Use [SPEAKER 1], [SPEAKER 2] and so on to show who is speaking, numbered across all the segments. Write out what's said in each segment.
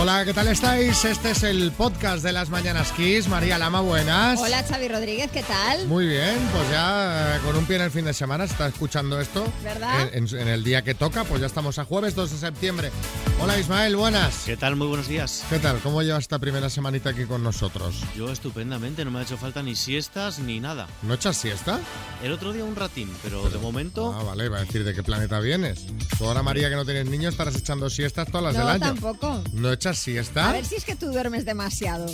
[SPEAKER 1] Hola, ¿qué tal estáis? Este es el podcast de las Mañanas Kiss. María Lama, buenas.
[SPEAKER 2] Hola Xavi Rodríguez, ¿qué tal?
[SPEAKER 1] Muy bien, pues ya eh, con un pie en el fin de semana, se está escuchando esto.
[SPEAKER 2] ¿Verdad?
[SPEAKER 1] En, en- en el día que toca, pues ya estamos a jueves 2 de septiembre. Hola Ismael, buenas.
[SPEAKER 3] ¿Qué tal? Muy buenos días.
[SPEAKER 1] ¿Qué tal? ¿Cómo llevas esta primera semanita aquí con nosotros?
[SPEAKER 3] Yo estupendamente, no me ha hecho falta ni siestas ni nada.
[SPEAKER 1] ¿No echas siesta?
[SPEAKER 3] El otro día un ratín, pero de momento
[SPEAKER 1] Ah, vale, va a decir de qué planeta vienes. Tú ahora, María, que no tienes niños, estarás echando siestas todas las
[SPEAKER 2] no,
[SPEAKER 1] del año.
[SPEAKER 2] tampoco.
[SPEAKER 1] ¿No echas
[SPEAKER 2] A
[SPEAKER 1] siesta?
[SPEAKER 2] ver si es que tú duermes demasiado.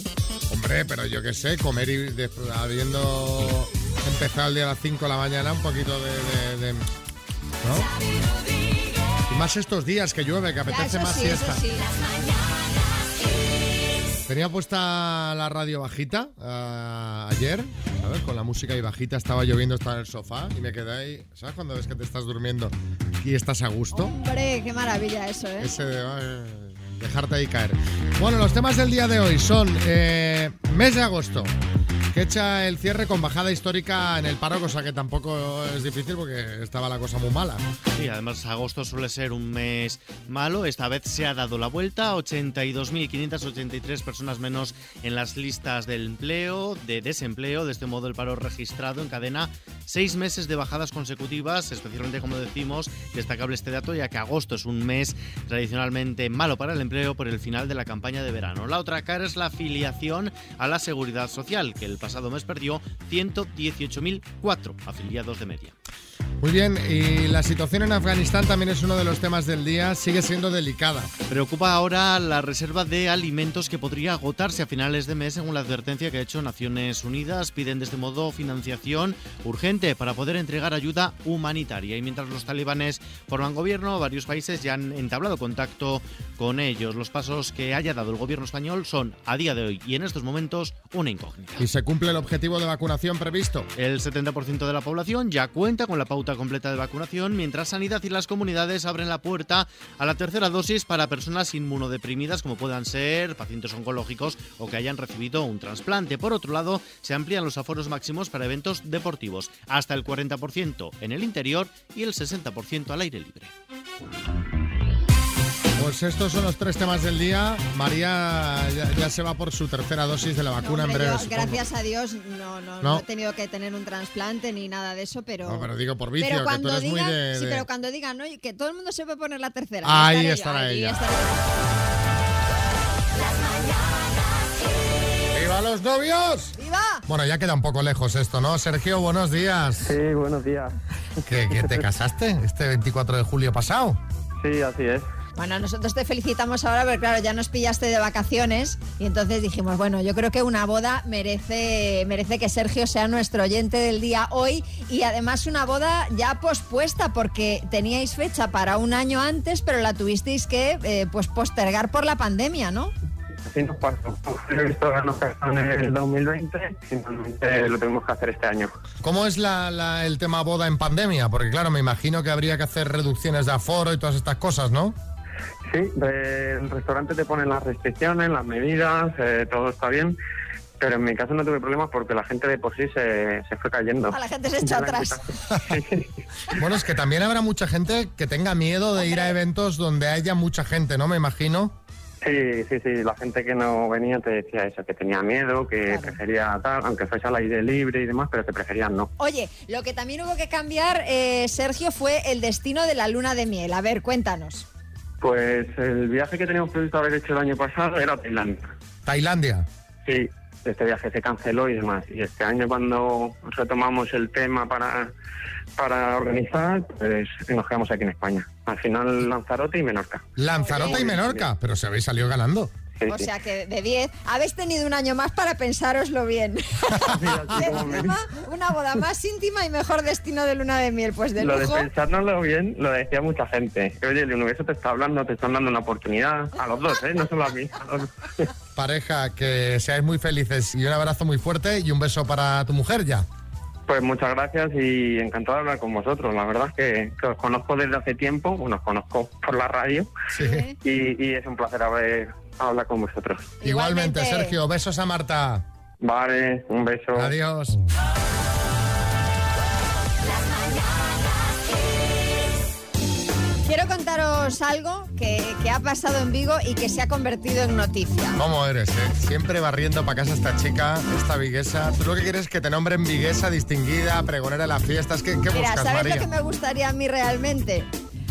[SPEAKER 1] Hombre, pero yo qué sé, comer y des- habiendo empezado el día a las 5 de la mañana, un poquito de... de- de- ¿No? Y más estos días que llueve, que
[SPEAKER 2] Ya,
[SPEAKER 1] apetece
[SPEAKER 2] eso
[SPEAKER 1] más
[SPEAKER 2] sí,
[SPEAKER 1] siesta.
[SPEAKER 2] eso sí.
[SPEAKER 1] Tenía puesta la radio bajita ah, ayer, a ver, con la música y bajita, estaba lloviendo, estaba en el sofá y me quedé ahí, ¿sabes cuando ves que te estás durmiendo y estás a gusto?
[SPEAKER 2] Hombre, qué maravilla eso, ¿eh?
[SPEAKER 1] Ese de eh, dejarte ahí caer. Bueno, los temas del día de hoy son eh, mes de agosto, que echa el cierre con bajada histórica en el paro, cosa que tampoco eh, es difícil porque estaba la cosa muy mala.
[SPEAKER 3] sí, además agosto suele ser un mes malo. Esta vez se ha dado la vuelta. 82.583 personas menos en las listas de empleo, de desempleo. De este modo el paro registrado encadena seis meses de bajadas consecutivas, especialmente como decimos, destacable este dato ya que agosto es un mes tradicionalmente malo para el empleo por el final de la campaña de verano. La otra cara es la afiliación a la seguridad social, que el pasado mes perdió 118.004 afiliados de media.
[SPEAKER 1] Muy bien, y la situación en Afganistán también es uno de los temas del día, sigue siendo delicada.
[SPEAKER 3] Preocupa ahora la reserva de alimentos que podría agotarse a finales de mes, según la advertencia que ha hecho Naciones Unidas. Piden de este modo financiación urgente para poder entregar ayuda humanitaria. Y mientras los talibanes forman gobierno, varios países ya han entablado contacto con ellos. Los pasos que haya dado el gobierno español son, a día de hoy y en estos momentos, una incógnita.
[SPEAKER 1] Y se cumple el objetivo de vacunación previsto.
[SPEAKER 3] El 70% de la población ya cuenta con la pauta completa de vacunación, mientras Sanidad y las comunidades abren la puerta a la tercera dosis para personas inmunodeprimidas, como puedan ser pacientes oncológicos o que hayan recibido un trasplante. Por otro lado, se amplían los aforos máximos para eventos deportivos, hasta el 40% en el interior y el 60% al aire libre.
[SPEAKER 1] Pues estos son los tres temas del día. María ya, ya se va por su tercera dosis de la
[SPEAKER 2] No,
[SPEAKER 1] vacuna en
[SPEAKER 2] hombre,
[SPEAKER 1] breve.
[SPEAKER 2] yo,
[SPEAKER 1] supongo.
[SPEAKER 2] gracias a Dios no, no, no.
[SPEAKER 1] No.
[SPEAKER 2] he tenido que tener un trasplante ni nada de eso, pero...
[SPEAKER 1] No, pero digo por vicio,
[SPEAKER 2] pero
[SPEAKER 1] que tú
[SPEAKER 2] cuando
[SPEAKER 1] eres
[SPEAKER 2] digan,
[SPEAKER 1] muy de...
[SPEAKER 2] sí,
[SPEAKER 1] de-
[SPEAKER 2] pero cuando digan, ¿no? Y que todo el mundo se puede poner la tercera.
[SPEAKER 1] Ahí
[SPEAKER 2] yo,
[SPEAKER 1] estará
[SPEAKER 2] ahí
[SPEAKER 1] ella.
[SPEAKER 2] estaré yo.
[SPEAKER 1] ¡Viva los novios!
[SPEAKER 2] ¡Viva!
[SPEAKER 1] Bueno, ya queda un poco lejos esto, ¿no? Sergio, buenos días.
[SPEAKER 4] Sí, buenos días.
[SPEAKER 1] ¿Que, que te casaste este 24 de julio pasado?
[SPEAKER 4] Sí, así es.
[SPEAKER 2] Bueno, nosotros te felicitamos ahora, pero claro, ya nos pillaste de vacaciones y entonces dijimos, bueno, yo creo que una boda merece, merece que Sergio sea nuestro oyente del día hoy y además una boda ya pospuesta porque teníais fecha para un año antes, pero la tuvisteis que eh, pues postergar por la pandemia, ¿no?
[SPEAKER 4] Así nos pasó. He visto ganos en el 2020 y finalmente lo tenemos que hacer este año.
[SPEAKER 1] ¿Cómo es la- la- el tema boda en pandemia? Porque claro, me imagino que habría que hacer reducciones de aforo y todas estas cosas, ¿no?
[SPEAKER 4] Sí, de- el restaurante te ponen las restricciones, las medidas, eh, todo está bien. Pero en mi caso no tuve problemas porque la gente de por sí se, se fue cayendo.
[SPEAKER 2] A Ah, la gente se echó
[SPEAKER 4] Ya la
[SPEAKER 2] atrás.
[SPEAKER 4] quitaste. Sí.
[SPEAKER 1] Bueno, es que también habrá mucha gente que tenga miedo de ir a eventos donde haya mucha gente, ¿no? Me imagino.
[SPEAKER 4] Sí, sí, sí. La gente que no venía te decía eso, que tenía miedo, que
[SPEAKER 2] Claro.
[SPEAKER 4] prefería tal, aunque fuese al aire libre y demás, pero que preferían no.
[SPEAKER 2] Oye, lo que también hubo que cambiar, eh, Sergio, fue el destino de la luna de miel. A ver, cuéntanos.
[SPEAKER 4] Pues el viaje que teníamos previsto haber hecho el año pasado era a Tailandia.
[SPEAKER 1] Tailandia.
[SPEAKER 4] Sí, este viaje se canceló y demás. Y este año cuando retomamos el tema para, para organizar, pues nos quedamos aquí en España. Al final Lanzarote y Menorca.
[SPEAKER 1] Lanzarote y Menorca, pero se habéis salido ganando.
[SPEAKER 4] Sí,
[SPEAKER 2] O
[SPEAKER 4] sí.
[SPEAKER 2] sea que de 10, habéis tenido un año más para pensároslo bien.
[SPEAKER 4] Mira, así como me-
[SPEAKER 2] Encima, una boda más íntima y mejor destino de luna de miel. Pues de
[SPEAKER 4] Lo de
[SPEAKER 2] lujo.
[SPEAKER 4] pensárnoslo bien lo decía mucha gente. Oye, el universo te está hablando, te están dando una oportunidad. A los dos, ¿eh? No solo a mí. a los-
[SPEAKER 1] Pareja, que seáis muy felices y un abrazo muy fuerte y un beso para tu mujer ya.
[SPEAKER 4] Pues muchas gracias y encantado de hablar con vosotros. La verdad es que, que os conozco desde hace tiempo, bueno, os conozco por la radio
[SPEAKER 2] ¿eh?
[SPEAKER 4] y, y es un placer haber hablar con vosotros.
[SPEAKER 1] Igualmente, Sergio, besos a Marta.
[SPEAKER 4] Vale, un beso.
[SPEAKER 1] Adiós.
[SPEAKER 2] Y Quiero contaros algo que, que ha pasado en Vigo y que se ha convertido en noticia.
[SPEAKER 1] ¿Cómo eres, eh? Siempre barriendo para casa esta chica, esta viguesa. Tú lo que quieres es que te nombren viguesa, distinguida, pregonera de las fiestas. ¿Qué, qué
[SPEAKER 2] Mira,
[SPEAKER 1] buscas,
[SPEAKER 2] ¿sabes
[SPEAKER 1] María?
[SPEAKER 2] lo que me gustaría a mí realmente?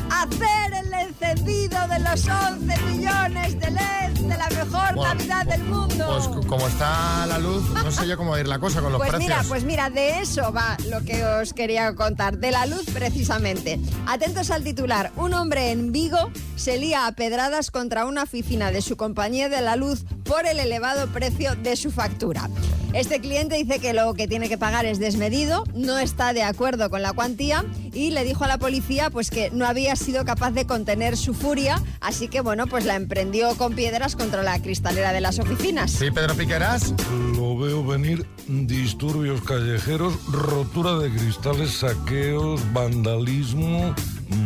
[SPEAKER 2] Hacer el encendido de los 11 millones de LEDs de la mejor
[SPEAKER 1] Bueno,
[SPEAKER 2] Navidad del
[SPEAKER 1] Pues
[SPEAKER 2] mundo.
[SPEAKER 1] c- como está la luz, no sé yo cómo va a ir la cosa con los
[SPEAKER 2] Pues
[SPEAKER 1] precios.
[SPEAKER 2] mira, pues mira, de eso va lo que os quería contar, de la luz precisamente. Atentos al titular, un hombre en Vigo se lía a pedradas contra una oficina de su compañía de la luz por el elevado precio de su factura. Este cliente dice que lo que tiene que pagar es desmedido, no está de acuerdo con la cuantía y le dijo a la policía pues que no había sido capaz de contener su furia, así que bueno, pues la emprendió con piedras contra la cristalera de las oficinas.
[SPEAKER 1] Sí, Pedro Piqueras.
[SPEAKER 5] Lo veo venir disturbios callejeros, rotura de cristales, saqueos, vandalismo.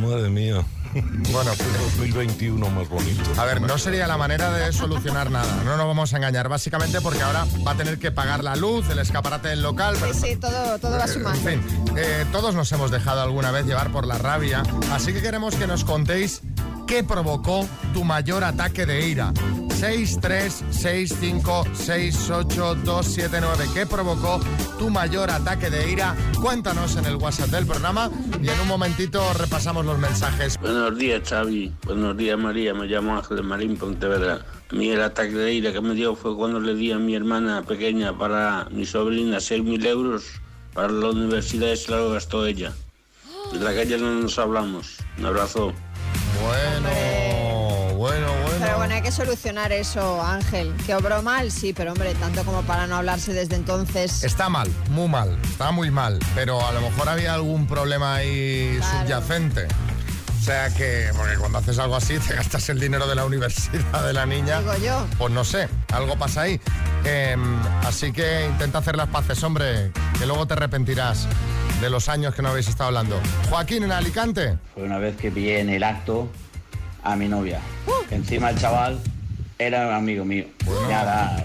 [SPEAKER 5] Madre mía. Este
[SPEAKER 1] Bueno,
[SPEAKER 5] 2021 más bonito.
[SPEAKER 1] A ver, no sería la manera de solucionar nada. No nos vamos a engañar. Básicamente porque ahora va a tener que pagar la luz, el escaparate del local. pero-
[SPEAKER 2] Sí, sí, todo, todo va
[SPEAKER 1] En
[SPEAKER 2] sumando.
[SPEAKER 1] fin, eh, todos nos hemos dejado alguna vez llevar por la rabia, así que queremos que nos contéis qué provocó tu mayor ataque de ira. 636568279. ¿Qué provocó tu mayor ataque de ira? Cuéntanos en el WhatsApp del programa y en un momentito repasamos los mensajes.
[SPEAKER 6] Buenos días, Xavi. Buenos días, María. Me llamo Ángel Marín Pontevedra. A mí el ataque de ira que me dio fue cuando le di a mi hermana pequeña para mi sobrina 6.000 euros para la universidad y se lo gastó ella. En la calle no nos hablamos. Un abrazo.
[SPEAKER 1] Bueno, bueno,
[SPEAKER 2] Pero bueno,
[SPEAKER 1] bueno.
[SPEAKER 2] hay que solucionar eso, Ángel. Que obró mal, sí, pero hombre, tanto como para no hablarse desde entonces.
[SPEAKER 1] Está mal, muy mal, está muy mal, pero a lo mejor había algún problema ahí
[SPEAKER 2] Claro.
[SPEAKER 1] subyacente. O sea que, porque cuando haces algo así, te gastas el dinero de la universidad de la niña.
[SPEAKER 2] Digo yo.
[SPEAKER 1] Pues no sé, algo pasa ahí. Em, así que intenta hacer las paces, hombre, que luego te arrepentirás de los años que no habéis estado hablando. Joaquín en Alicante.
[SPEAKER 7] Fue una vez que pillé en el acto a mi novia.
[SPEAKER 1] Uh.
[SPEAKER 7] Encima el chaval era un amigo mío. Pues
[SPEAKER 1] Ah.
[SPEAKER 7] Nada,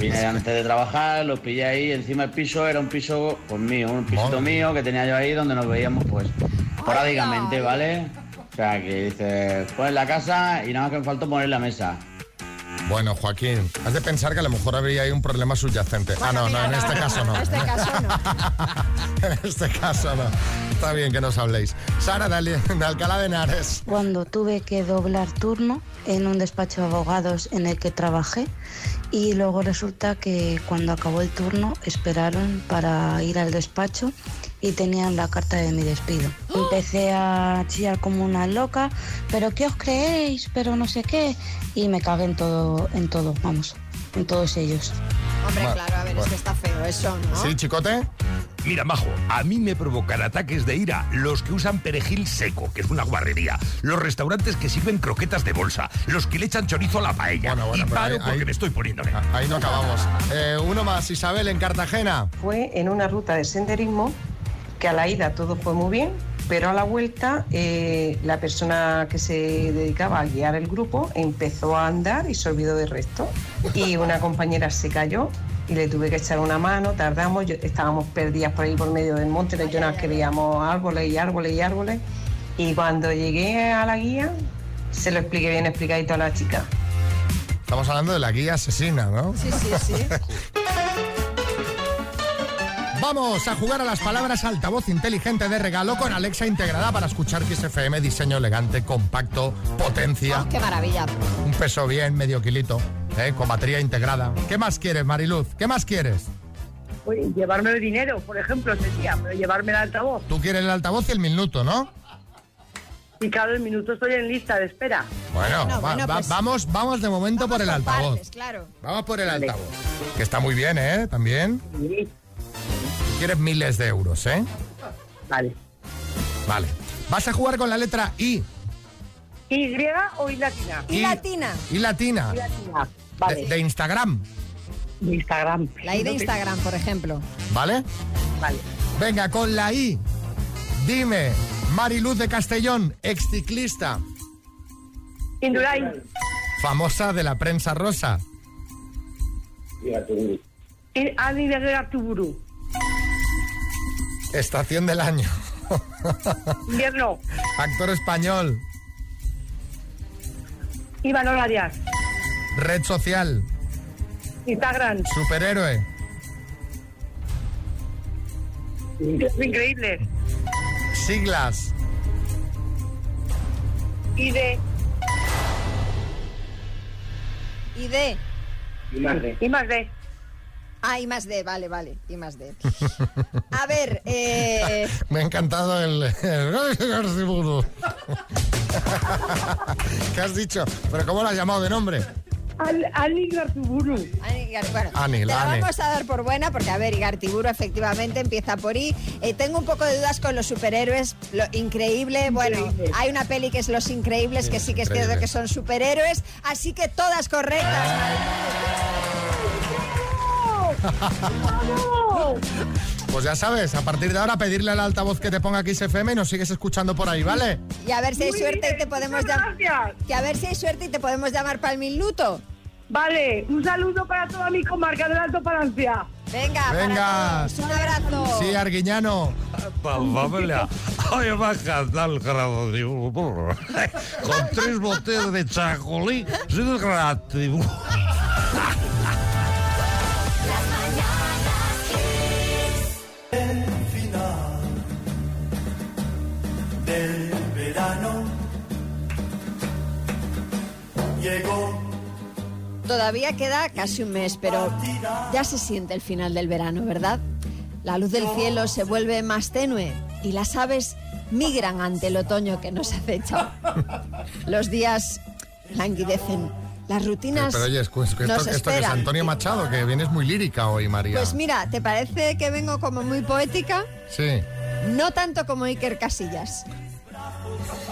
[SPEAKER 7] vine antes de trabajar, los pillé ahí. Encima el piso era un piso pues, mío, un pisito
[SPEAKER 1] Madre.
[SPEAKER 7] mío que tenía yo ahí donde nos veíamos pues esporádicamente, ¿vale? O sea, que dices, pues la casa y nada más que me faltó poner la mesa.
[SPEAKER 1] Bueno, Joaquín, has de pensar que a lo mejor habría ahí un problema subyacente. ah, no, no, en este caso no.
[SPEAKER 2] En este caso no.
[SPEAKER 1] en este caso no. Está bien que nos habléis. Sara de, Ali- de Alcalá de Henares.
[SPEAKER 8] cuando tuve que doblar turno en un despacho de abogados en el que trabajé y luego resulta que cuando acabó el turno esperaron para ir al despacho y tenían la carta de mi despido. Empecé a chillar como una loca, pero ¿qué os creéis? Pero no sé qué. Y me cagué en todo, en todo, vamos, en todos ellos.
[SPEAKER 2] Hombre,
[SPEAKER 1] Bueno,
[SPEAKER 2] claro, a ver, es
[SPEAKER 1] bueno.
[SPEAKER 2] que está feo eso, ¿no?
[SPEAKER 1] Sí, chicote.
[SPEAKER 9] Mira, Majo, a mí me provocan ataques de ira los que usan perejil seco, que es una guarrería, los restaurantes que sirven croquetas de bolsa, los que le echan chorizo a la paella.
[SPEAKER 1] Bueno, bueno,
[SPEAKER 9] y
[SPEAKER 1] pero
[SPEAKER 9] paro
[SPEAKER 1] ahí-
[SPEAKER 9] porque
[SPEAKER 1] ahí-
[SPEAKER 9] me estoy poniéndole.
[SPEAKER 1] Ah, Ahí no acabamos. Eh, uno más, Isabel en Cartagena.
[SPEAKER 10] fue en una ruta de senderismo que a la ida todo fue muy bien, pero a la vuelta eh, la persona que se dedicaba a guiar el grupo empezó a andar y se olvidó del resto. Y una compañera se cayó y le tuve que echar una mano, tardamos, yo- estábamos perdidas por ahí por medio del monte, yo nos queríamos árboles y árboles y árboles. Y cuando llegué a la guía, se lo expliqué bien explicadito a la chica.
[SPEAKER 1] Estamos hablando de la guía asesina, ¿no?
[SPEAKER 2] Sí, sí, sí.
[SPEAKER 1] Vamos a jugar a las palabras altavoz inteligente de regalo con Alexa integrada para escuchar Kiss FM, diseño elegante, compacto, potencia,
[SPEAKER 2] Oh, qué maravilla.
[SPEAKER 1] un peso bien, medio kilito, ¿eh? con batería integrada. ¿Qué más quieres, Mariluz? ¿Qué más quieres?
[SPEAKER 11] Oye, Pues, llevarme el dinero, por ejemplo, sería, pero llevarme el altavoz.
[SPEAKER 1] Tú quieres el altavoz y el minuto, ¿no?
[SPEAKER 11] Y cada minuto estoy en lista de espera.
[SPEAKER 1] Bueno,
[SPEAKER 2] Bueno,
[SPEAKER 1] va-
[SPEAKER 2] bueno,
[SPEAKER 1] va-
[SPEAKER 2] pues-
[SPEAKER 1] vamos, vamos de momento por el
[SPEAKER 2] Vamos
[SPEAKER 1] altavoz.
[SPEAKER 2] partes, claro.
[SPEAKER 1] Vamos por el altavoz. Que está muy bien, ¿eh? También.
[SPEAKER 11] Sí,
[SPEAKER 1] Quieres miles de euros, ¿eh?
[SPEAKER 11] Vale.
[SPEAKER 1] Vale. Vas a jugar con la letra I.
[SPEAKER 11] ¿Y o y latina?
[SPEAKER 2] Y latina.
[SPEAKER 1] Y latina.
[SPEAKER 11] Y latina.
[SPEAKER 1] De,
[SPEAKER 11] Vale.
[SPEAKER 1] de Instagram,
[SPEAKER 11] De Instagram.
[SPEAKER 2] La I de Instagram, por ejemplo.
[SPEAKER 1] ¿vale?
[SPEAKER 11] Vale.
[SPEAKER 1] Venga, con la I. Dime, Mariluz de Castellón, ex ciclista,
[SPEAKER 11] Indurain.
[SPEAKER 1] famosa de la prensa rosa.
[SPEAKER 11] Y Ani de Guerra Tuburu.
[SPEAKER 1] Estación del año.
[SPEAKER 11] Invierno.
[SPEAKER 1] Actor español.
[SPEAKER 11] Imanol Arias.
[SPEAKER 1] Red social.
[SPEAKER 11] Instagram.
[SPEAKER 1] Superhéroe.
[SPEAKER 11] Increíble.
[SPEAKER 1] Siglas.
[SPEAKER 11] ID.
[SPEAKER 2] Y de.
[SPEAKER 11] I más D. I más D.
[SPEAKER 2] Ah, y más de, vale, vale, y más de. A ver, eh,
[SPEAKER 1] Me ha encantado el... el- ¿Qué has dicho? ¿Pero cómo lo has llamado de nombre?
[SPEAKER 11] Al, Ani Garzuburu.
[SPEAKER 2] Ani Gar- bueno,
[SPEAKER 1] Ani,
[SPEAKER 2] te
[SPEAKER 1] la
[SPEAKER 2] la
[SPEAKER 1] Ani.
[SPEAKER 2] vamos a dar por buena porque, a ver, Igartiburu efectivamente empieza por I. Eh, tengo un poco de dudas con los superhéroes. Lo increíble, bueno, hay una peli que es Los Increíbles, que sí que es cierto
[SPEAKER 1] Increíbles.
[SPEAKER 2] que son superhéroes, así que todas correctas.
[SPEAKER 1] Pues ya sabes, a partir de ahora pedirle al altavoz que te ponga Kiss FM y nos sigues escuchando por ahí, ¿vale?
[SPEAKER 2] Y a ver si hay suerte y te podemos llamar.
[SPEAKER 11] Gracias.
[SPEAKER 2] Que a ver si hay suerte y te podemos llamar para el minuto.
[SPEAKER 11] Vale, un saludo para toda mi comarca del Alto Palancia.
[SPEAKER 2] Venga, para
[SPEAKER 1] Venga.
[SPEAKER 2] todos, un abrazo.
[SPEAKER 1] Sí, Arguiñano.
[SPEAKER 5] Pavela, hoy va a cantar el grado de un burro. Con tres botellas de chacolí, sin el grado de un burro.
[SPEAKER 12] del verano llegó
[SPEAKER 2] Todavía queda casi un mes, pero ya se siente el final del verano, ¿verdad? La luz del cielo se vuelve más tenue y las aves migran ante el otoño que nos acecha. Los días languidecen, las rutinas
[SPEAKER 1] Eh, Pero oye, escu- escu-
[SPEAKER 2] nos
[SPEAKER 1] esto, esto que es
[SPEAKER 2] esperan.
[SPEAKER 1] Antonio Machado, que vienes muy lírica hoy, María.
[SPEAKER 2] Pues mira, ¿te parece que vengo como muy poética?
[SPEAKER 1] Sí.
[SPEAKER 2] No tanto como Iker Casillas.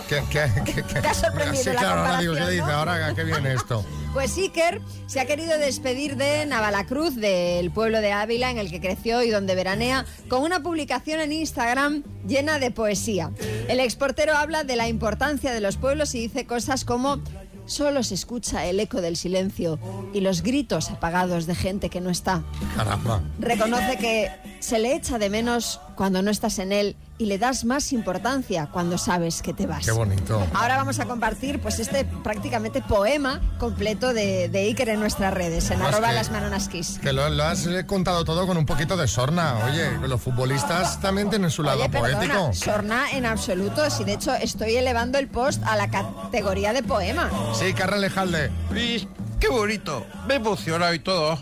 [SPEAKER 1] ¿Qué, qué, qué, qué?
[SPEAKER 2] Te ha sorprendido
[SPEAKER 1] Sí,
[SPEAKER 2] la
[SPEAKER 1] claro, ahora digo, ¿qué
[SPEAKER 2] comparación,
[SPEAKER 1] dice?
[SPEAKER 2] ¿no?
[SPEAKER 1] ¿Ahora a qué viene esto?
[SPEAKER 2] Pues Iker se ha querido despedir de Navalacruz, del pueblo de Ávila en el que creció y donde veranea, con una publicación en Instagram llena de poesía. El exportero habla de la importancia de los pueblos y dice cosas como solo se escucha el eco del silencio y los gritos apagados de gente que no está.
[SPEAKER 1] Caramba.
[SPEAKER 2] Reconoce que se le echa de menos cuando no estás en él y le das más importancia cuando sabes que te vas.
[SPEAKER 1] Qué bonito.
[SPEAKER 2] Ahora vamos a compartir pues este prácticamente poema completo de, de Iker en nuestras redes, en
[SPEAKER 1] Pues
[SPEAKER 2] arroba
[SPEAKER 1] que-
[SPEAKER 2] las manonaskis.
[SPEAKER 1] Que lo, lo has eh, contado todo con un poquito de sorna. Oye, los futbolistas también tienen su lado
[SPEAKER 2] Oye,
[SPEAKER 1] poético.
[SPEAKER 2] perdona, Sorna en absoluto, si de hecho estoy elevando el post a la categoría de poema.
[SPEAKER 1] Sí, Carra Lejalde.
[SPEAKER 13] Luis, qué bonito. Me he emocionado y todo.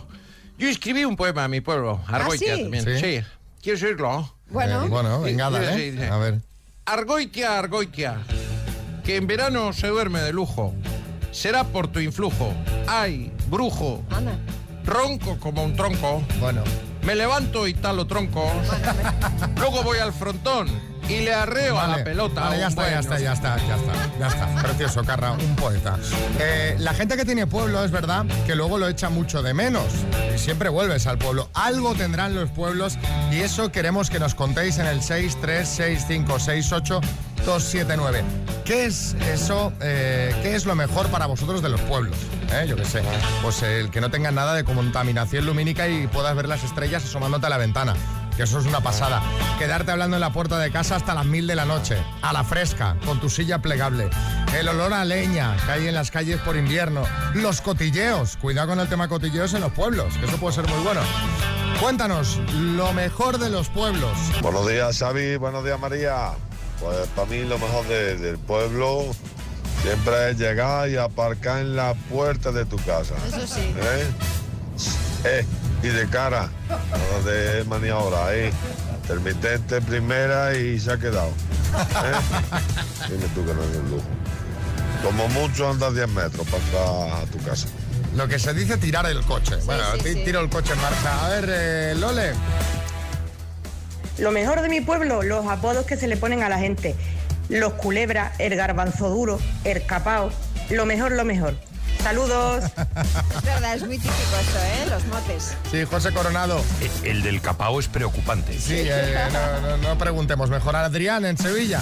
[SPEAKER 13] Yo escribí un poema a mi pueblo, Argoitia
[SPEAKER 2] ¿Ah, sí?
[SPEAKER 13] también.
[SPEAKER 1] ¿Sí?
[SPEAKER 13] ¿Sí? ¿Quieres oírlo?
[SPEAKER 2] Bueno,
[SPEAKER 1] Eh, bueno, venga,
[SPEAKER 13] Sí,
[SPEAKER 1] dale.
[SPEAKER 13] sí, sí.
[SPEAKER 1] A ver.
[SPEAKER 13] Argoitia, Argoitia, que en verano se duerme de lujo. Será por tu influjo. Ay, brujo,
[SPEAKER 2] anda.
[SPEAKER 13] ronco como un tronco.
[SPEAKER 1] Bueno.
[SPEAKER 13] Me levanto y talo troncos. Luego voy al frontón y le arreo a la pelota.
[SPEAKER 1] vale, ya, está, ya
[SPEAKER 13] Bueno,
[SPEAKER 1] está, ya está, ya está, ya está. Precioso, Carra, un poeta. Eh, la gente que tiene pueblo es verdad que luego lo echa mucho de menos. Y siempre vuelves al pueblo. Algo tendrán los pueblos y eso queremos que nos contéis en el 636568279. ¿Qué es eso? eh, ¿Qué es lo mejor para vosotros de los pueblos? Eh, Yo qué sé. Pues el que no tengan nada de contaminación lumínica y puedas ver las estrellas asomándote a la ventana. Que eso es una pasada. Quedarte hablando en la puerta de casa hasta las mil de la noche, a la fresca, con tu silla plegable. El olor a leña que hay en las calles por invierno. Los cotilleos. Cuidado con el tema cotilleos en los pueblos, que eso puede ser muy bueno. Cuéntanos, lo mejor de los pueblos.
[SPEAKER 5] Buenos días, Xavi. Buenos días, María. Pues para mí lo mejor de- del pueblo siempre es llegar y aparcar en la puerta de tu casa.
[SPEAKER 2] Eso sí.
[SPEAKER 5] ¿eh? Eh, y de cara. No de manía ahora, ¿eh? Intermitente primera y se ha quedado. ¿eh? Dime tú que no es un lujo. Como mucho andas 10 metros para atrás a tu casa.
[SPEAKER 1] Lo que se dice tirar el coche. bueno,
[SPEAKER 2] sí,
[SPEAKER 1] ti-
[SPEAKER 2] sí.
[SPEAKER 1] tiro el coche en marcha. A ver, eh, Lole.
[SPEAKER 11] Lo mejor de mi pueblo, los apodos que se le ponen a la gente. Los culebras, el garbanzo duro, el capao. Lo mejor, lo mejor. Saludos.
[SPEAKER 2] Es verdad, es muy típico eso, ¿eh? Los motes.
[SPEAKER 1] Sí, José Coronado.
[SPEAKER 9] Eh, El del capao es preocupante.
[SPEAKER 1] Sí, eh, no, no- no preguntemos. Mejor Adrián en Sevilla.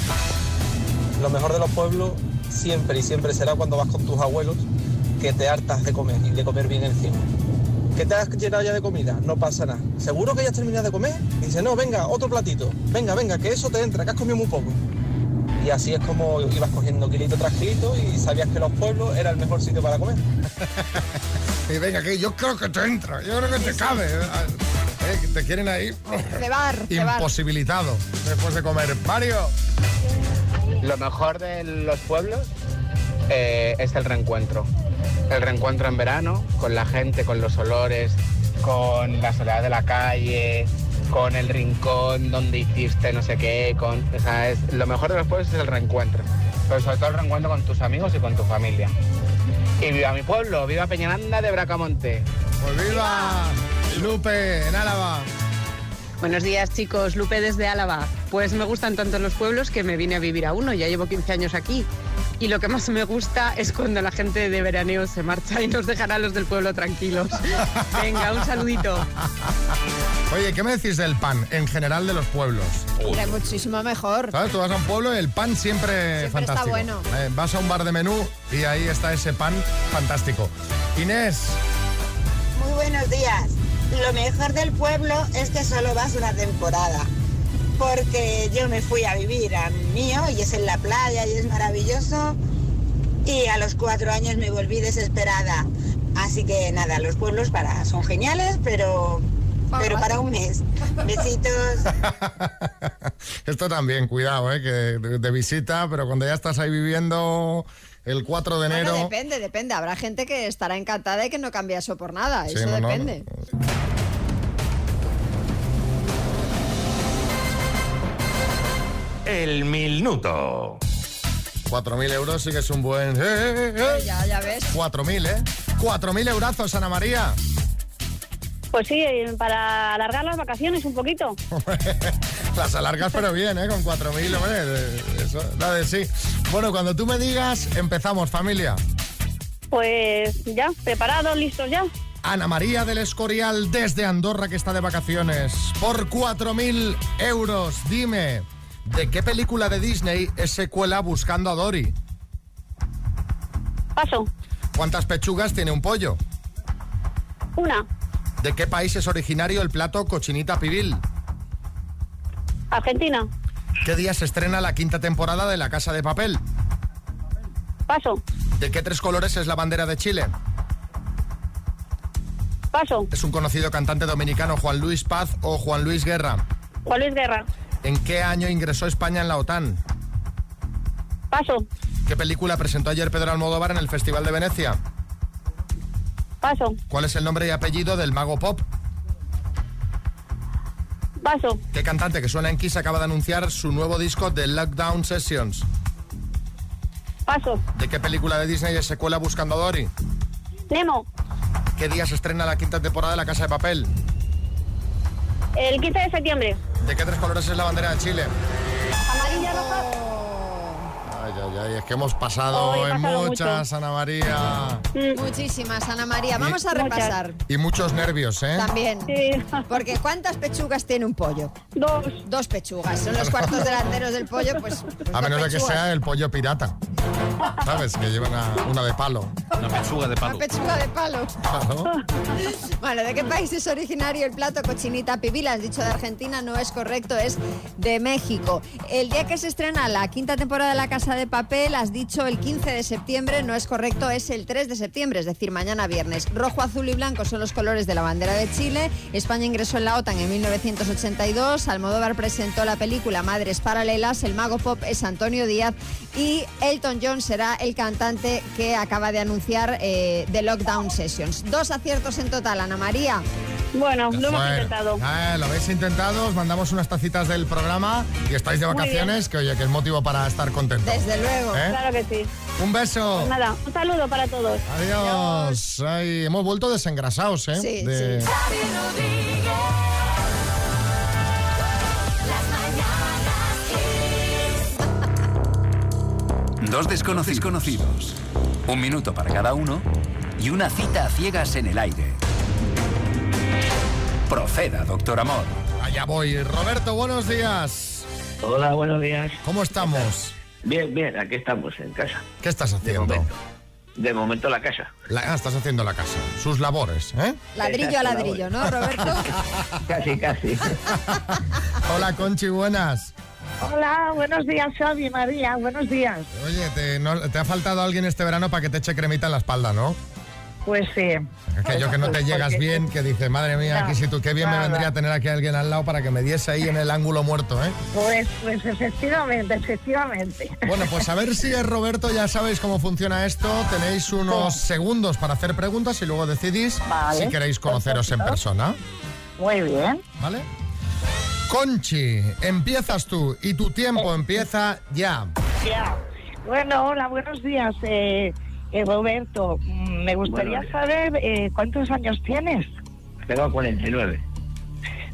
[SPEAKER 14] Lo mejor de los pueblos siempre y siempre será cuando vas con tus abuelos que te hartas de comer y de comer bien encima. Que te has llenado ya de comida, no pasa nada. ¿Seguro que ya has terminado de comer? Dice, no, venga, otro platito. Venga, venga, que eso te entra, que has comido muy poco. Y así es como ibas cogiendo kilito tras kilito y sabías que los pueblos era el mejor sitio para comer.
[SPEAKER 1] Y venga, que yo creo que te entra, yo creo que te cabe. Eh, que te quieren ahí.
[SPEAKER 2] Cebar, cebar.
[SPEAKER 1] Imposibilitado después de comer. Mario.
[SPEAKER 15] Lo mejor de los pueblos eh, es el reencuentro. El reencuentro en verano, con la gente, con los olores, con la soledad de la calle, con el rincón donde hiciste no sé qué, con. O sea, es, lo mejor de los pueblos es el reencuentro. Pero sobre todo el reencuentro con tus amigos y con tu familia. Y viva mi pueblo, viva Peñaranda de Bracamonte.
[SPEAKER 1] Pues viva Lupe en Álava.
[SPEAKER 16] Buenos días chicos, Lupe desde Álava. Pues me gustan tanto los pueblos que me vine a vivir a uno, ya llevo 15 años aquí. Y lo que más me gusta es cuando la gente de veraneo se marcha y nos dejará a los del pueblo tranquilos. Venga, un saludito.
[SPEAKER 1] Oye, ¿qué me decís del pan en general de los pueblos?
[SPEAKER 2] Hombre, muchísimo mejor.
[SPEAKER 1] ¿Sabes? Tú vas a un pueblo y el pan siempre,
[SPEAKER 2] Siempre está
[SPEAKER 1] fantástico.
[SPEAKER 2] bueno.
[SPEAKER 1] Eh, vas a un bar de menú y ahí está ese pan fantástico. Inés,
[SPEAKER 17] Muy buenos días. Lo mejor del pueblo es que solo vas una temporada. Porque yo me fui a vivir a mío y es en la playa y es maravilloso. Y a los cuatro años me volví desesperada. Así que nada, los pueblos para son geniales, pero, pero para un mes. Besitos.
[SPEAKER 1] esto también, cuidado, ¿eh? que de de visita, pero cuando ya estás ahí viviendo el 4 de enero...
[SPEAKER 2] Bueno, depende, depende. Habrá gente que estará encantada y que no cambia eso por nada.
[SPEAKER 1] Sí,
[SPEAKER 2] eso
[SPEAKER 1] no, no,
[SPEAKER 2] depende.
[SPEAKER 9] El minuto.
[SPEAKER 1] 4.000 euros sí que es un buen... ¡Eh, eh, eh!
[SPEAKER 2] Ya, ya ves.
[SPEAKER 1] 4.000, ¿eh? 4.000 eurazos, Ana María.
[SPEAKER 18] Pues sí, eh, para alargar las vacaciones un poquito.
[SPEAKER 1] Las alargas, pero bien, ¿eh? Con 4.000, hombre, de- eso da de sí. Bueno, cuando tú me digas, empezamos, familia.
[SPEAKER 18] Pues ya, preparados, listos ya.
[SPEAKER 1] Ana María del Escorial, desde Andorra, que está de vacaciones, por 4.000 euros. Dime, ¿de qué película de Disney es secuela Buscando a Dory?
[SPEAKER 18] Paso.
[SPEAKER 1] ¿Cuántas pechugas tiene un pollo?
[SPEAKER 18] Una,
[SPEAKER 1] ¿De qué país es originario el plato cochinita pibil?
[SPEAKER 18] Argentina,
[SPEAKER 1] ¿Qué día se estrena la quinta temporada de La Casa de Papel?
[SPEAKER 18] paso,
[SPEAKER 1] ¿De qué tres colores es la bandera de Chile?
[SPEAKER 18] paso.
[SPEAKER 1] Es un conocido cantante dominicano, Juan Luis Paz o Juan Luis Guerra.
[SPEAKER 18] Juan Luis Guerra,
[SPEAKER 1] ¿En qué año ingresó España en la OTAN?
[SPEAKER 18] paso,
[SPEAKER 1] ¿Qué película presentó ayer Pedro Almodóvar en el Festival de Venecia?
[SPEAKER 18] paso,
[SPEAKER 1] ¿Cuál es el nombre y apellido del mago pop?
[SPEAKER 18] paso,
[SPEAKER 1] ¿Qué cantante que suena en Kiss acaba de anunciar su nuevo disco The Lockdown Sessions?
[SPEAKER 18] Paso.
[SPEAKER 1] ¿De qué película de Disney es secuela Buscando a Dory?
[SPEAKER 18] Nemo.
[SPEAKER 1] ¿Qué día se estrena la quinta temporada de La Casa de Papel?
[SPEAKER 18] El 15 de septiembre.
[SPEAKER 1] ¿De qué tres colores es la bandera de Chile?
[SPEAKER 18] Amarilla, roja.
[SPEAKER 1] Ay, ay, ay, es que hemos pasado
[SPEAKER 2] Oh, he
[SPEAKER 1] en
[SPEAKER 2] pasado
[SPEAKER 1] muchas,
[SPEAKER 2] mucho.
[SPEAKER 1] Ana María.
[SPEAKER 2] Mm. Muchísimas, Ana María. Vamos a
[SPEAKER 1] Muchas.
[SPEAKER 2] repasar
[SPEAKER 1] Y muchos nervios, ¿eh?
[SPEAKER 2] también. Porque ¿cuántas pechugas tiene un pollo? Dos. Dos pechugas. Son los cuartos delanteros del pollo, pues. pues
[SPEAKER 1] A
[SPEAKER 2] dos
[SPEAKER 1] menos de que
[SPEAKER 2] pechugas.
[SPEAKER 1] sea el pollo pirata. ¿Sabes? Que lleva una, una de palo. Una pechuga de
[SPEAKER 2] Una pechuga de palo. Bueno, ¿de qué país es originario el plato cochinita pibila? Has dicho de Argentina, no es correcto, es de México. El día que se estrena la quinta temporada de La Casa de Papel, has dicho el 15 de septiembre, no es correcto, es el 3 de septiembre, es decir, mañana viernes. Rojo, azul y blanco son los colores de la bandera de Chile. España ingresó en la OTAN en 1982. Almodóvar presentó la película Madres Paralelas. El mago pop es Antonio Díaz. Y Elton John será el cantante que acaba de anunciar eh, The Lockdown Sessions. Dos aciertos en total, Ana María. Bueno,
[SPEAKER 1] Bueno, eh, lo habéis intentado, os mandamos unas tacitas del programa y estáis de
[SPEAKER 2] Muy
[SPEAKER 1] vacaciones, que oye, que es motivo para estar contentos.
[SPEAKER 2] Desde luego.
[SPEAKER 1] ¿Eh?
[SPEAKER 18] Claro que sí.
[SPEAKER 1] Un
[SPEAKER 19] Oh.
[SPEAKER 1] beso.
[SPEAKER 18] Pues nada, un saludo para todos.
[SPEAKER 1] Adiós. Ay, hemos vuelto desengrasados, ¿eh?
[SPEAKER 18] Sí,
[SPEAKER 1] De-
[SPEAKER 18] sí.
[SPEAKER 20] Dos desconocidos conocidos, un minuto para cada uno y una cita a ciegas en el aire. Proceda, doctor Amor.
[SPEAKER 1] Allá voy. Roberto, buenos días.
[SPEAKER 19] Hola, buenos días.
[SPEAKER 1] ¿Cómo estamos?
[SPEAKER 19] Bien, bien, aquí estamos en casa.
[SPEAKER 1] ¿Qué estás haciendo?
[SPEAKER 19] De momento la casa.
[SPEAKER 1] La- ah, estás haciendo la casa. Sus labores, ¿eh?
[SPEAKER 2] Ladrillo a ladrillo, ¿no, Roberto?
[SPEAKER 19] Casi, casi.
[SPEAKER 1] Hola, Conchi, buenas.
[SPEAKER 21] Hola, buenos días, Xavi, María, buenos días.
[SPEAKER 1] Oye, te, no- te ha faltado alguien este verano para que te eche cremita en la espalda, ¿no?
[SPEAKER 21] Pues sí.
[SPEAKER 1] Es que yo que no te llegas bien, que dices, madre mía,
[SPEAKER 21] No,
[SPEAKER 1] aquí si tú qué bien me
[SPEAKER 21] Pues, nada.
[SPEAKER 1] vendría tener aquí a alguien al lado para que me diese ahí en el ángulo muerto, ¿eh?
[SPEAKER 21] Pues, pues efectivamente, efectivamente.
[SPEAKER 1] Bueno, pues a ver si es Roberto, ya sabéis cómo funciona esto. Tenéis unos segundos para hacer preguntas y luego decidís
[SPEAKER 21] Vale,
[SPEAKER 1] si queréis conoceros en persona.
[SPEAKER 21] Muy bien.
[SPEAKER 1] ¿Vale? Conchi, empiezas tú y tu tiempo empieza ya.
[SPEAKER 21] Ya. Bueno, hola, buenos días, eh, eh, Roberto. Mm, Me gustaría
[SPEAKER 19] Buenos días.
[SPEAKER 21] saber eh, cuántos años tienes.
[SPEAKER 19] Tengo 49.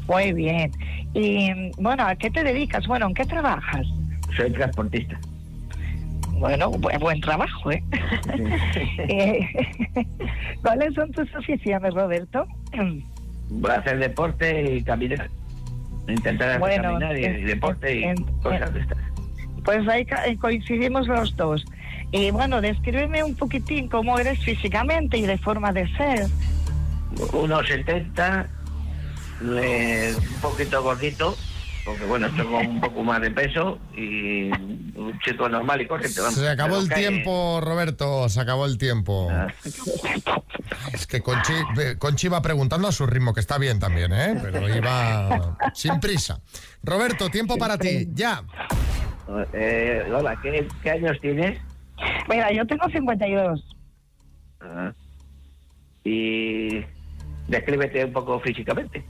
[SPEAKER 21] Muy bien. Y mm, bueno, ¿a qué te dedicas? Bueno, ¿en qué trabajas?
[SPEAKER 19] Soy transportista.
[SPEAKER 21] Bueno, bu- buen trabajo, ¿eh? Eh, ¿Cuáles son tus aficiones, Roberto?
[SPEAKER 19] Voy a hacer deporte y caminar. Intentar
[SPEAKER 21] Bueno,
[SPEAKER 19] caminar y,
[SPEAKER 21] en-
[SPEAKER 19] y deporte y
[SPEAKER 21] en-
[SPEAKER 19] cosas de estas.
[SPEAKER 21] Pues ahí ca- eh, coincidimos los dos. Y bueno, descríbeme un poquitín cómo eres físicamente y de forma de ser.
[SPEAKER 19] 1,70, eh, un poquito gordito, porque bueno, tengo un poco más de peso y un chico normal y corriente. vamos.
[SPEAKER 1] Se acabó
[SPEAKER 19] De
[SPEAKER 1] el
[SPEAKER 19] la calle. Ah,
[SPEAKER 1] tiempo, Roberto, se acabó el tiempo. Es que Conchi, eh, Conchi va preguntando a su ritmo, que está bien también, ¿eh? Pero iba sin prisa. Roberto, tiempo para ti, ya.
[SPEAKER 19] Eh, hola, ¿qué, qué años tienes?
[SPEAKER 21] Mira, yo tengo 52.
[SPEAKER 19] Ah. Y descríbete un poco físicamente.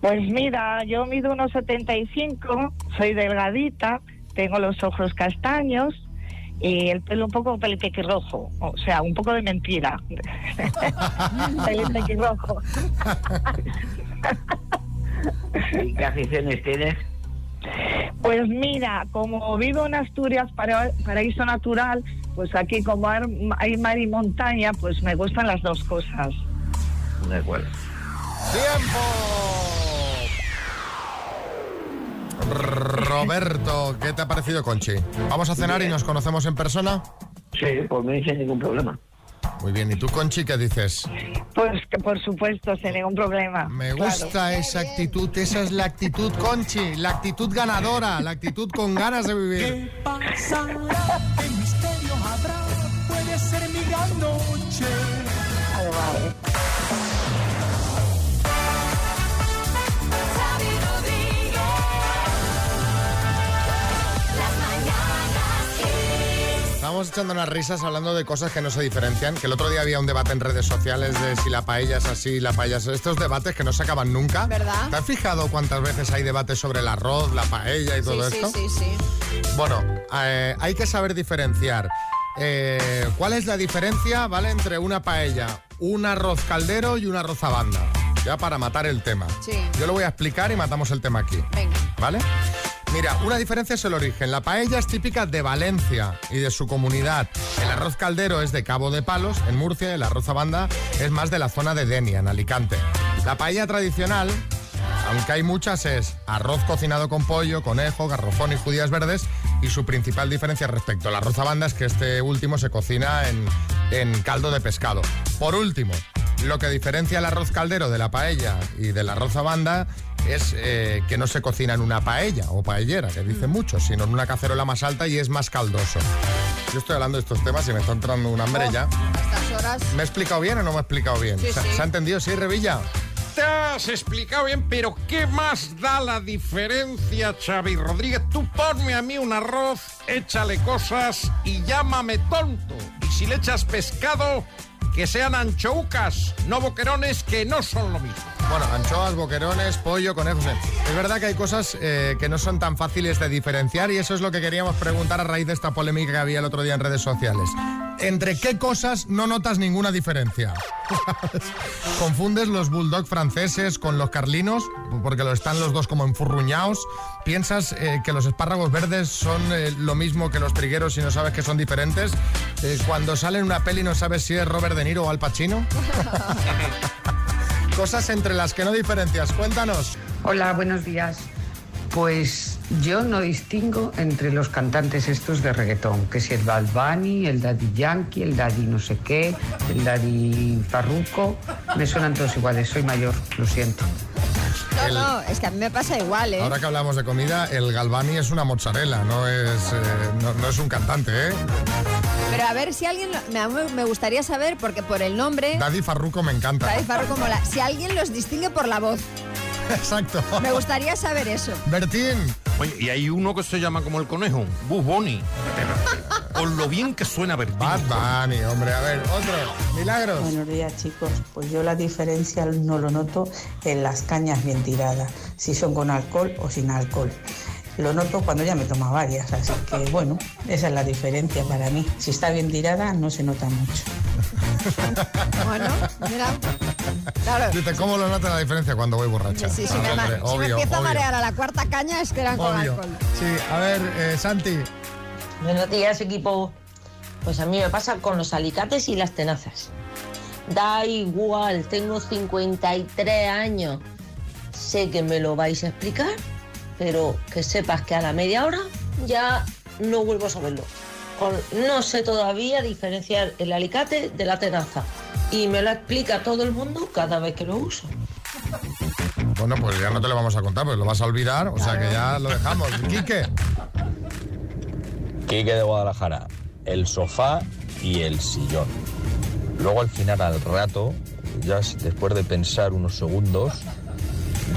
[SPEAKER 21] Pues mira, yo mido unos 75, soy delgadita, tengo los ojos castaños y el pelo un poco pelipequirrojo, o sea, un poco de mentira. pelipequirrojo.
[SPEAKER 19] ¿Y qué aficiones tienes?
[SPEAKER 21] Pues mira, como vivo en Asturias, para- paraíso natural, pues aquí como ar- hay mar y montaña, pues me gustan las dos cosas.
[SPEAKER 19] De acuerdo.
[SPEAKER 1] Roberto, ¿qué te ha parecido, Conchi? ¿Vamos a cenar y nos conocemos en persona?
[SPEAKER 19] Sí, por mí sin ningún problema.
[SPEAKER 1] Muy bien, ¿y tú, Conchi, qué dices?
[SPEAKER 21] Pues que por supuesto, sin ningún problema.
[SPEAKER 1] Me gusta esa actitud, esa es la actitud, Conchi, la actitud ganadora, la actitud con ganas de vivir.
[SPEAKER 12] pasará? ¿Qué misterio habrá? Puede ser mi gran noche.
[SPEAKER 1] Estábamos echando unas risas hablando de cosas que no se diferencian, que el otro día había un debate en redes sociales de si la paella es así, la paella es... Estos debates que no se acaban nunca.
[SPEAKER 2] ¿Verdad?
[SPEAKER 1] ¿Te has fijado cuántas veces hay debates sobre el arroz, la paella y todo
[SPEAKER 2] sí,
[SPEAKER 1] esto?
[SPEAKER 2] sí, sí, sí.
[SPEAKER 1] Bueno, eh, hay que saber diferenciar. Eh, ¿Cuál es la diferencia, vale, entre una paella, un arroz caldero y un arroz a banda? Ya para matar el tema.
[SPEAKER 2] Sí.
[SPEAKER 1] Yo lo voy a explicar y matamos el tema aquí.
[SPEAKER 2] Venga.
[SPEAKER 1] ¿Vale? Mira, una diferencia es el origen. La paella es típica de Valencia y de su comunidad. El arroz caldero es de Cabo de Palos, en Murcia, y el arroz a banda es más de la zona de Denia, en Alicante. La paella tradicional, aunque hay muchas, es arroz cocinado con pollo, conejo, garrofón y judías verdes. Y su principal diferencia respecto al arroz a banda es que este último se cocina en, en caldo de pescado. Por último, lo que diferencia el arroz caldero de la paella y del arroz a banda es eh, que no se cocina en una paella o paellera, que
[SPEAKER 2] Mm.
[SPEAKER 1] dicen muchos, sino en una cacerola más alta y es más caldoso. Yo estoy hablando de estos temas y me está entrando una hambre ya.
[SPEAKER 2] Estas horas.
[SPEAKER 1] ¿Me he explicado bien o no me he explicado bien?
[SPEAKER 2] Oh. Sí,
[SPEAKER 1] ¿Se,
[SPEAKER 2] sí.
[SPEAKER 1] se ha entendido? Sí, Revilla.
[SPEAKER 13] Te has explicado bien, pero ¿qué más da la diferencia, Xavi Rodríguez? Tú ponme a mí un arroz, échale cosas y llámame tonto. Y si le echas pescado, que sean anchoucas, no boquerones, que no son lo mismo.
[SPEAKER 1] Bueno, anchoas, boquerones, pollo, conejos. eh. Es verdad que hay cosas eh, que no son tan fáciles de diferenciar y eso es lo que queríamos preguntar a raíz de esta polémica que había el otro día en redes sociales. ¿Entre qué cosas no notas ninguna diferencia? ¿Confundes los bulldog franceses con los carlinos? Porque lo están los dos como enfurruñados. ¿Piensas eh, que los espárragos verdes son eh, lo mismo que los trigueros y no sabes que son diferentes? Eh, ¿Cuando sale en una peli no sabes si es Robert De Niro o Al Pacino? Cosas entre las que no diferencias, cuéntanos.
[SPEAKER 22] Hola, buenos días. Pues yo no distingo entre los cantantes estos de reggaetón, que si el Bad Bunny, el Daddy Yankee, el Daddy no sé qué, el Daddy Farruco, me suenan todos iguales, soy mayor, lo siento.
[SPEAKER 2] No,
[SPEAKER 1] el-
[SPEAKER 2] no, es que a mí me pasa igual, ¿eh?
[SPEAKER 1] Ahora que hablamos de comida, el Galvani es una mozzarella, no es, eh, no, no es un cantante, ¿eh?
[SPEAKER 2] Pero a ver si alguien. lo- me, me gustaría saber, porque por el nombre.
[SPEAKER 1] Daddy Farruko me encanta.
[SPEAKER 2] David Farruko mola. Si alguien los distingue por la voz.
[SPEAKER 1] Exacto.
[SPEAKER 2] Me gustaría saber eso.
[SPEAKER 1] Bertín.
[SPEAKER 13] Oye, y hay uno que se llama como el conejo, Bus Bunny. Con lo bien que suena Bertín.
[SPEAKER 1] Bad Bunny, hombre, a ver, otro. Milagros.
[SPEAKER 23] Buenos días, chicos. Pues yo la diferencia no lo noto en las cañas bien tiradas, si son con alcohol o sin alcohol. Lo noto cuando ya me toma varias, así que bueno, esa es la diferencia para mí. Si está bien tirada, no se nota mucho.
[SPEAKER 2] Bueno, mira. Claro.
[SPEAKER 1] Dice, ¿cómo lo nota la diferencia cuando voy borracha?
[SPEAKER 2] Sí, sí,
[SPEAKER 1] Ah,
[SPEAKER 2] me ma-
[SPEAKER 1] hombre,
[SPEAKER 2] si me
[SPEAKER 1] obvio,
[SPEAKER 2] empiezo a
[SPEAKER 1] obvio,
[SPEAKER 2] marear a la cuarta caña es que eran con
[SPEAKER 1] obvio.
[SPEAKER 2] alcohol.
[SPEAKER 1] Sí, a ver, eh, Santi.
[SPEAKER 24] Buenos días, equipo. Pues a mí me pasa con los alicates y las tenazas. Da igual, tengo 53 años. Sé que me lo vais a explicar, pero que sepas que a la media hora ya no vuelvo a saberlo. Con- no sé todavía diferenciar el alicate de la tenaza. Y me lo explica todo el mundo cada vez que lo uso.
[SPEAKER 1] Bueno, pues ya no te lo vamos a contar, pues lo vas a olvidar, o sea que ya lo dejamos. Quique.
[SPEAKER 9] Quique de Guadalajara, el sofá y el sillón. Luego al final, al rato, ya s- después de pensar unos segundos,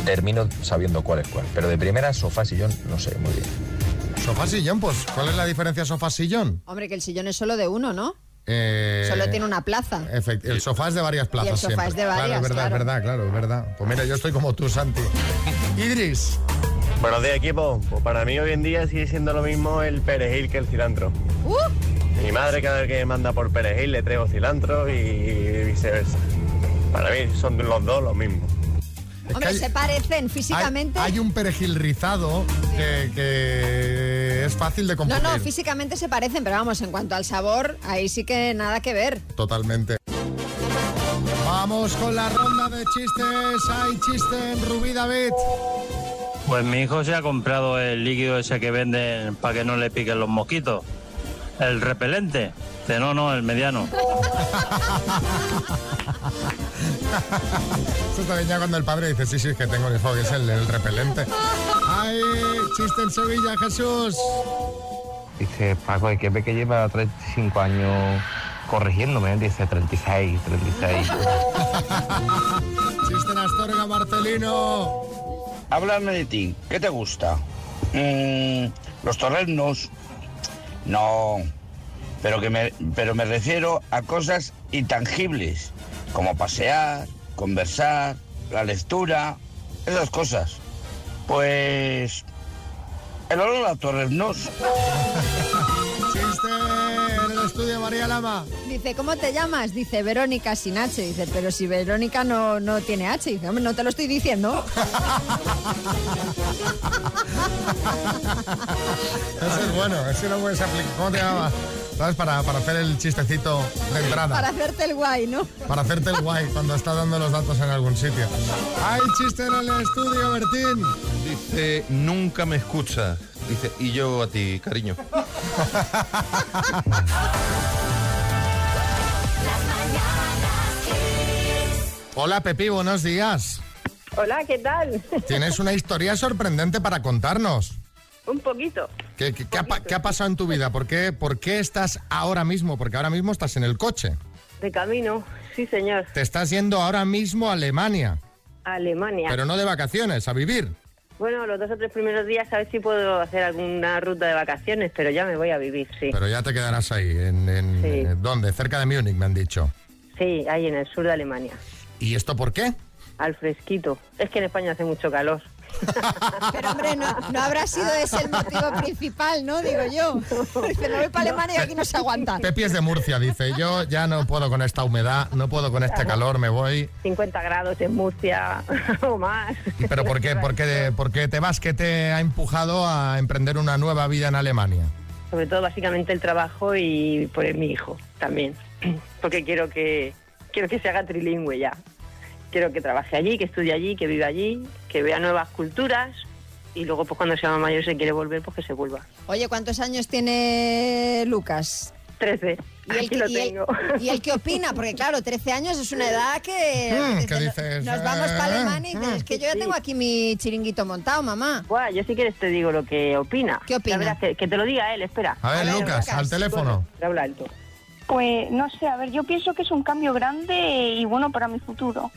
[SPEAKER 9] termino sabiendo cuál es cuál. Pero de primera, sofá, sillón, no sé muy bien.
[SPEAKER 1] Sofá sillón, pues, ¿cuál es la diferencia sofá sillón?
[SPEAKER 2] Hombre, que el sillón es solo de uno, ¿no?
[SPEAKER 1] Eh,
[SPEAKER 2] Solo tiene una plaza.
[SPEAKER 1] efect- el sofá es de varias plazas.
[SPEAKER 2] sofá
[SPEAKER 1] siempre.
[SPEAKER 2] es de varias,
[SPEAKER 1] Claro, es verdad,
[SPEAKER 2] claro.
[SPEAKER 1] es verdad, claro, es verdad. Pues mira, yo estoy como tú, Santi. Idris.
[SPEAKER 3] Buenos días, equipo. Pues para mí hoy en día sigue siendo lo mismo el perejil que el cilantro.
[SPEAKER 2] Uh,
[SPEAKER 3] Mi madre cada vez que me manda por perejil le traigo cilantro y viceversa. Para mí son los dos lo mismo.
[SPEAKER 2] Hombre, se parecen físicamente.
[SPEAKER 1] Hay un perejil rizado que, que es fácil de
[SPEAKER 2] no,
[SPEAKER 1] compartir.
[SPEAKER 2] no, físicamente se parecen, pero vamos, en cuanto al sabor, ahí sí que nada que ver.
[SPEAKER 1] Totalmente. Vamos con la ronda de chistes. Hay chiste en Rubí David.
[SPEAKER 4] Pues mi hijo se ha comprado el líquido ese que venden para que no le piquen los mosquitos. El repelente. Dice, no, no, el mediano.
[SPEAKER 1] Esto está bien ya cuando el padre dice, sí, sí, es que tengo el hijo, que es el, el repelente. Hay chiste en Sevilla, Jesús.
[SPEAKER 9] Dice, Paco, hay que ve que lleva 35 años corrigiéndome. Dice, 36, 36.
[SPEAKER 1] Chiste en Astorga, Marcelino.
[SPEAKER 7] Háblame de ti. ¿Qué te gusta? Mm, los torrenos. No. Pero que me, pero me refiero a cosas intangibles, como pasear, conversar, la lectura, esas cosas. Pues el olor a torrenos.
[SPEAKER 1] Chiste en el estudio, María Lama.
[SPEAKER 2] Dice, ¿cómo te llamas? Dice, Verónica sin H. Dice, pero si Verónica no, no tiene H. Dice, hombre, no te lo estoy diciendo.
[SPEAKER 1] Ese es bueno, ese lo puedes aplicar. ¿Cómo te llamas? ¿Sabes? Para, para hacer el chistecito de entrada.
[SPEAKER 2] Para hacerte el guay, ¿no?
[SPEAKER 1] Para hacerte el guay cuando está dando los datos en algún sitio. Hay chiste en el estudio, Bertín.
[SPEAKER 13] Dice, nunca me escucha. Dice, y yo a ti, cariño.
[SPEAKER 1] Hola Pepi, buenos días.
[SPEAKER 25] Hola, ¿qué tal?
[SPEAKER 1] Tienes una historia sorprendente para contarnos.
[SPEAKER 25] Un poquito.
[SPEAKER 1] ¿Qué, qué- qué ha, pa- qué ha pasado en tu vida? ¿Por qué, ¿Por qué estás ahora mismo? Porque ahora mismo estás en el coche.
[SPEAKER 25] De camino, sí, señor.
[SPEAKER 1] Te estás yendo ahora mismo a Alemania,
[SPEAKER 25] A Alemania.
[SPEAKER 1] pero no de vacaciones, a vivir.
[SPEAKER 25] Bueno, los dos o tres primeros días a ver si puedo hacer alguna ruta de vacaciones, pero ya me voy a vivir, sí.
[SPEAKER 1] Pero ya te quedarás ahí. En, en- eh, ¿Dónde? Cerca de Múnich, me han dicho.
[SPEAKER 25] Sí, ahí en el sur de Alemania.
[SPEAKER 1] ¿Y esto por qué?
[SPEAKER 25] Al fresquito. Es que en España hace mucho calor.
[SPEAKER 2] Pero hombre, no, no habrá sido ese el motivo principal, ¿no? Digo yo. Dice, me voy para Alemania y aquí no se aguanta.
[SPEAKER 1] Pepi es de Murcia, dice. Yo ya no puedo con esta humedad, no puedo con este calor, me voy.
[SPEAKER 25] 50 grados en Murcia o más.
[SPEAKER 1] ¿Pero por qué, por qué, por qué te vas? ¿Qué te ha empujado a emprender una nueva vida en Alemania?
[SPEAKER 25] Sobre todo básicamente el trabajo y por mi hijo también. Porque quiero que quiero que se haga trilingüe ya. Quiero que trabaje allí, que estudie allí, que viva allí, que vea nuevas culturas y luego pues cuando sea más mayor se quiere volver, pues que se vuelva.
[SPEAKER 2] Oye, ¿cuántos años tiene Lucas?
[SPEAKER 25] 13.
[SPEAKER 2] ¿Y el,
[SPEAKER 25] Aquí
[SPEAKER 2] que,
[SPEAKER 25] lo
[SPEAKER 2] y el-
[SPEAKER 25] tengo.
[SPEAKER 2] y el que opina, porque claro, 13 años es una edad
[SPEAKER 5] Eh,
[SPEAKER 2] que,
[SPEAKER 25] Mm,
[SPEAKER 1] Hmm.
[SPEAKER 2] que
[SPEAKER 25] ¿qué
[SPEAKER 2] Eh, no-
[SPEAKER 25] dices?
[SPEAKER 2] nos vamos para
[SPEAKER 25] Ah,
[SPEAKER 2] Alemania y dices,
[SPEAKER 25] ah.
[SPEAKER 2] es que yo ya
[SPEAKER 25] Sí.
[SPEAKER 2] tengo aquí mi chiringuito montado, mamá.
[SPEAKER 25] Buah, yo si quieres te digo lo que opina. ¿Qué opina? que, que te lo diga él, espera.
[SPEAKER 1] A ver, Lucas, al teléfono.
[SPEAKER 25] Te habla alto.
[SPEAKER 18] Pues no sé, a ver, yo pienso que es un cambio grande y bueno para mi futuro.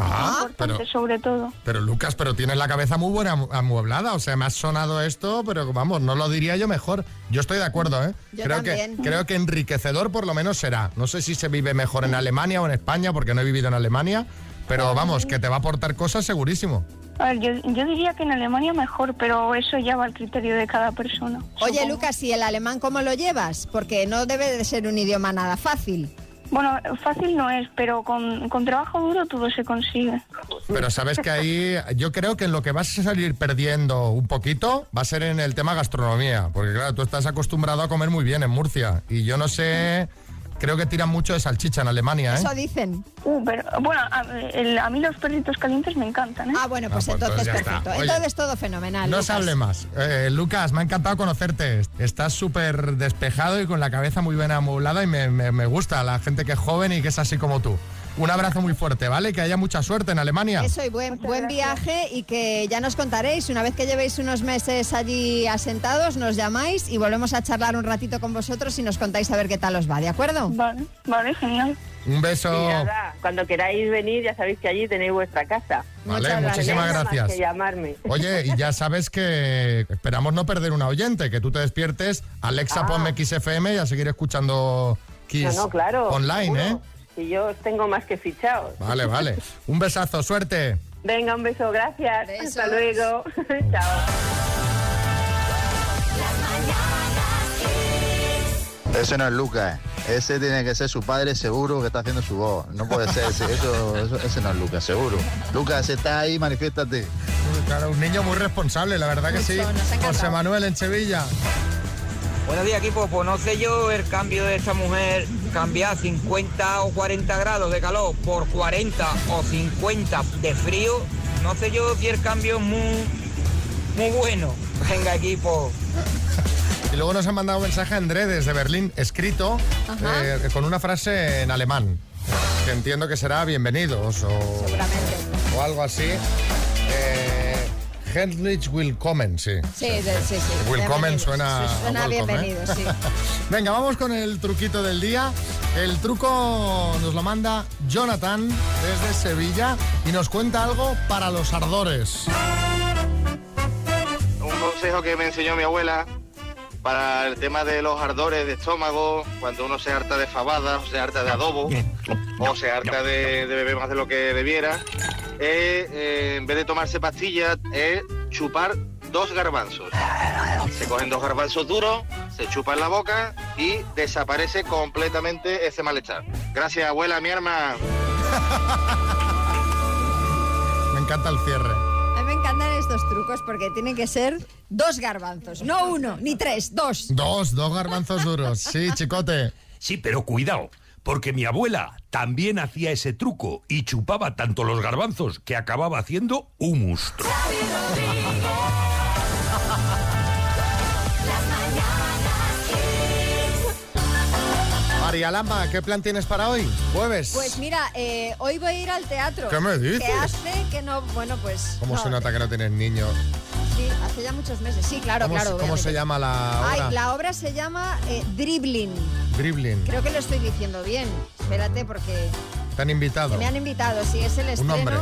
[SPEAKER 1] Ah, pero,
[SPEAKER 18] Importante, sobre todo.
[SPEAKER 1] pero Lucas, pero tienes la cabeza muy buena amueblada. O sea, me has sonado esto, pero vamos, no lo diría yo mejor. Yo estoy de acuerdo, ¿eh?
[SPEAKER 2] Yo
[SPEAKER 1] creo, que,
[SPEAKER 2] también.
[SPEAKER 1] creo que enriquecedor por lo menos será. No sé si se vive mejor en Alemania o en España, porque no he vivido en Alemania, pero vamos, que te va a aportar cosas segurísimo.
[SPEAKER 18] A ver, yo, yo diría que en Alemania mejor, pero eso ya va al criterio de cada persona.
[SPEAKER 2] Oye, Lucas, ¿y el alemán cómo lo llevas? Porque no debe de ser un idioma nada fácil.
[SPEAKER 18] Bueno, fácil no es, pero con, con trabajo duro todo se consigue.
[SPEAKER 1] Pero sabes que ahí yo creo que en lo que vas a salir perdiendo un poquito va a ser en el tema gastronomía, porque claro, tú estás acostumbrado a comer muy bien en Murcia y yo no sé, creo que tiran mucho de salchicha en Alemania, ¿eh?
[SPEAKER 2] Eso dicen.
[SPEAKER 18] Uh, pero bueno, a, el- a mí los perritos calientes me encantan, ¿eh?
[SPEAKER 2] Ah, bueno, pues
[SPEAKER 1] pues
[SPEAKER 2] entonces,
[SPEAKER 1] entonces ya está.
[SPEAKER 2] perfecto.
[SPEAKER 1] Oye,
[SPEAKER 2] entonces todo fenomenal.
[SPEAKER 1] No
[SPEAKER 2] Lucas.
[SPEAKER 1] se hable más. Eh, Lucas, me ha encantado conocerte. Estás súper despejado y con la cabeza muy bien amueblada y me, me- me gusta la gente que es joven y que es así como tú. Un abrazo muy fuerte, ¿vale? Que haya mucha suerte en Alemania.
[SPEAKER 2] Eso y buen, buen viaje y que ya nos contaréis. Una vez que llevéis unos meses allí asentados, nos llamáis y volvemos a charlar un ratito con vosotros y nos contáis a ver qué tal os va, ¿de acuerdo?
[SPEAKER 18] Vale, vale, genial.
[SPEAKER 1] Un beso.
[SPEAKER 25] Y nada, cuando queráis venir, ya sabéis que allí tenéis vuestra casa.
[SPEAKER 1] Vale, Muchas gracias. muchísimas
[SPEAKER 25] No hay nada más
[SPEAKER 1] gracias.
[SPEAKER 25] que llamarme.
[SPEAKER 1] Oye, y ya sabes que esperamos no perder una oyente, que tú te despiertes, Alexa,
[SPEAKER 25] Ah.
[SPEAKER 1] ponme Kiss FM y a seguir escuchando Kiss
[SPEAKER 25] No, no, claro.
[SPEAKER 1] online, ¿eh?
[SPEAKER 25] seguro. Si yo os tengo más que fichados.
[SPEAKER 1] Vale, vale. Un besazo, suerte.
[SPEAKER 25] Venga, un beso, gracias. Hasta luego. Chao.
[SPEAKER 5] Ese no es Lucas. Ese tiene que ser su padre seguro que está haciendo su voz. No puede ser. Ese, eso- eso- ese no es Lucas, seguro. Lucas, si estás ahí, manifiéstate.
[SPEAKER 1] Claro, un niño muy responsable, la verdad que sí. José Manuel en Sevilla.
[SPEAKER 6] Buenos días, equipo. Pues no sé yo el cambio de esta mujer, cambiar 50 o 40 grados de calor por 40 o 50 de frío, no sé yo si el cambio es muy, muy bueno. Venga, equipo.
[SPEAKER 1] Y luego nos han mandado un mensaje a André desde Berlín, escrito,
[SPEAKER 6] Ajá.
[SPEAKER 1] eh, con una frase en alemán, que entiendo que será bienvenidos o, o algo así. Eh, Herzlich willkommen, sí.
[SPEAKER 2] Sí, de- sí, sí.
[SPEAKER 1] Willkommen
[SPEAKER 2] Bienvenidos.
[SPEAKER 1] suena.
[SPEAKER 2] Sí, Suena
[SPEAKER 1] a welcome, ¿eh?
[SPEAKER 2] bienvenido, sí.
[SPEAKER 1] Venga, vamos con el truquito del día. El truco nos lo manda Jonathan desde Sevilla y nos cuenta algo para los ardores.
[SPEAKER 5] Un consejo que me enseñó mi abuela para el tema de los ardores de estómago, cuando uno se harta de fabadas, o se harta de adobo, o se harta de, de beber más de lo que debiera, es, eh, en vez de tomarse pastillas, es chupar dos garbanzos. Se cogen dos garbanzos duros, se chupa en la boca y desaparece completamente ese malestar. Gracias, abuela, mi arma.
[SPEAKER 1] Me encanta el cierre.
[SPEAKER 2] A mí me encantan estos trucos porque tienen que ser dos garbanzos, no uno, ni tres, dos.
[SPEAKER 1] Dos, dos garbanzos duros. Sí, chicote.
[SPEAKER 9] Sí, pero cuidado, porque mi abuela también hacía ese truco y chupaba tanto los garbanzos que acababa haciendo un mustro.
[SPEAKER 1] María Lamba, ¿qué plan tienes para hoy? Jueves.
[SPEAKER 2] Pues mira, eh, hoy voy a ir al teatro.
[SPEAKER 1] ¿Qué me dices?
[SPEAKER 2] Que hace que no, bueno, pues...
[SPEAKER 1] ¿Cómo
[SPEAKER 2] no,
[SPEAKER 1] se nota que no tienes niños?
[SPEAKER 2] Sí, hace ya muchos meses. Sí, claro,
[SPEAKER 1] ¿Cómo,
[SPEAKER 2] claro.
[SPEAKER 1] se- cómo
[SPEAKER 2] obviamente.
[SPEAKER 1] se llama la obra?
[SPEAKER 2] Ay, la obra se llama eh, Dribbling.
[SPEAKER 1] Dribbling.
[SPEAKER 2] Creo que lo estoy diciendo bien. Espérate, porque
[SPEAKER 1] ¿Te han invitado?
[SPEAKER 2] me han invitado. Sí, es el
[SPEAKER 1] Un
[SPEAKER 2] estreno.
[SPEAKER 1] hombre.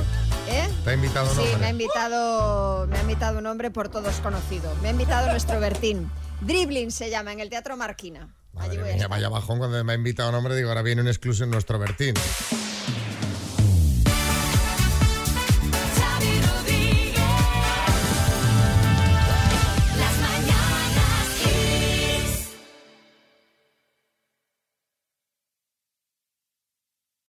[SPEAKER 2] ¿Eh?
[SPEAKER 1] ¿Te ha invitado un
[SPEAKER 2] Sí,
[SPEAKER 1] hombre?
[SPEAKER 2] me ha invitado, me ha invitado un hombre por todos conocido. Me ha invitado nuestro Bertín. Dribbling se llama en el Teatro Marquina.
[SPEAKER 1] Madre mía, vaya bajón cuando me ha invitado un hombre, digo, ahora viene un exclusivo en nuestro Bertín.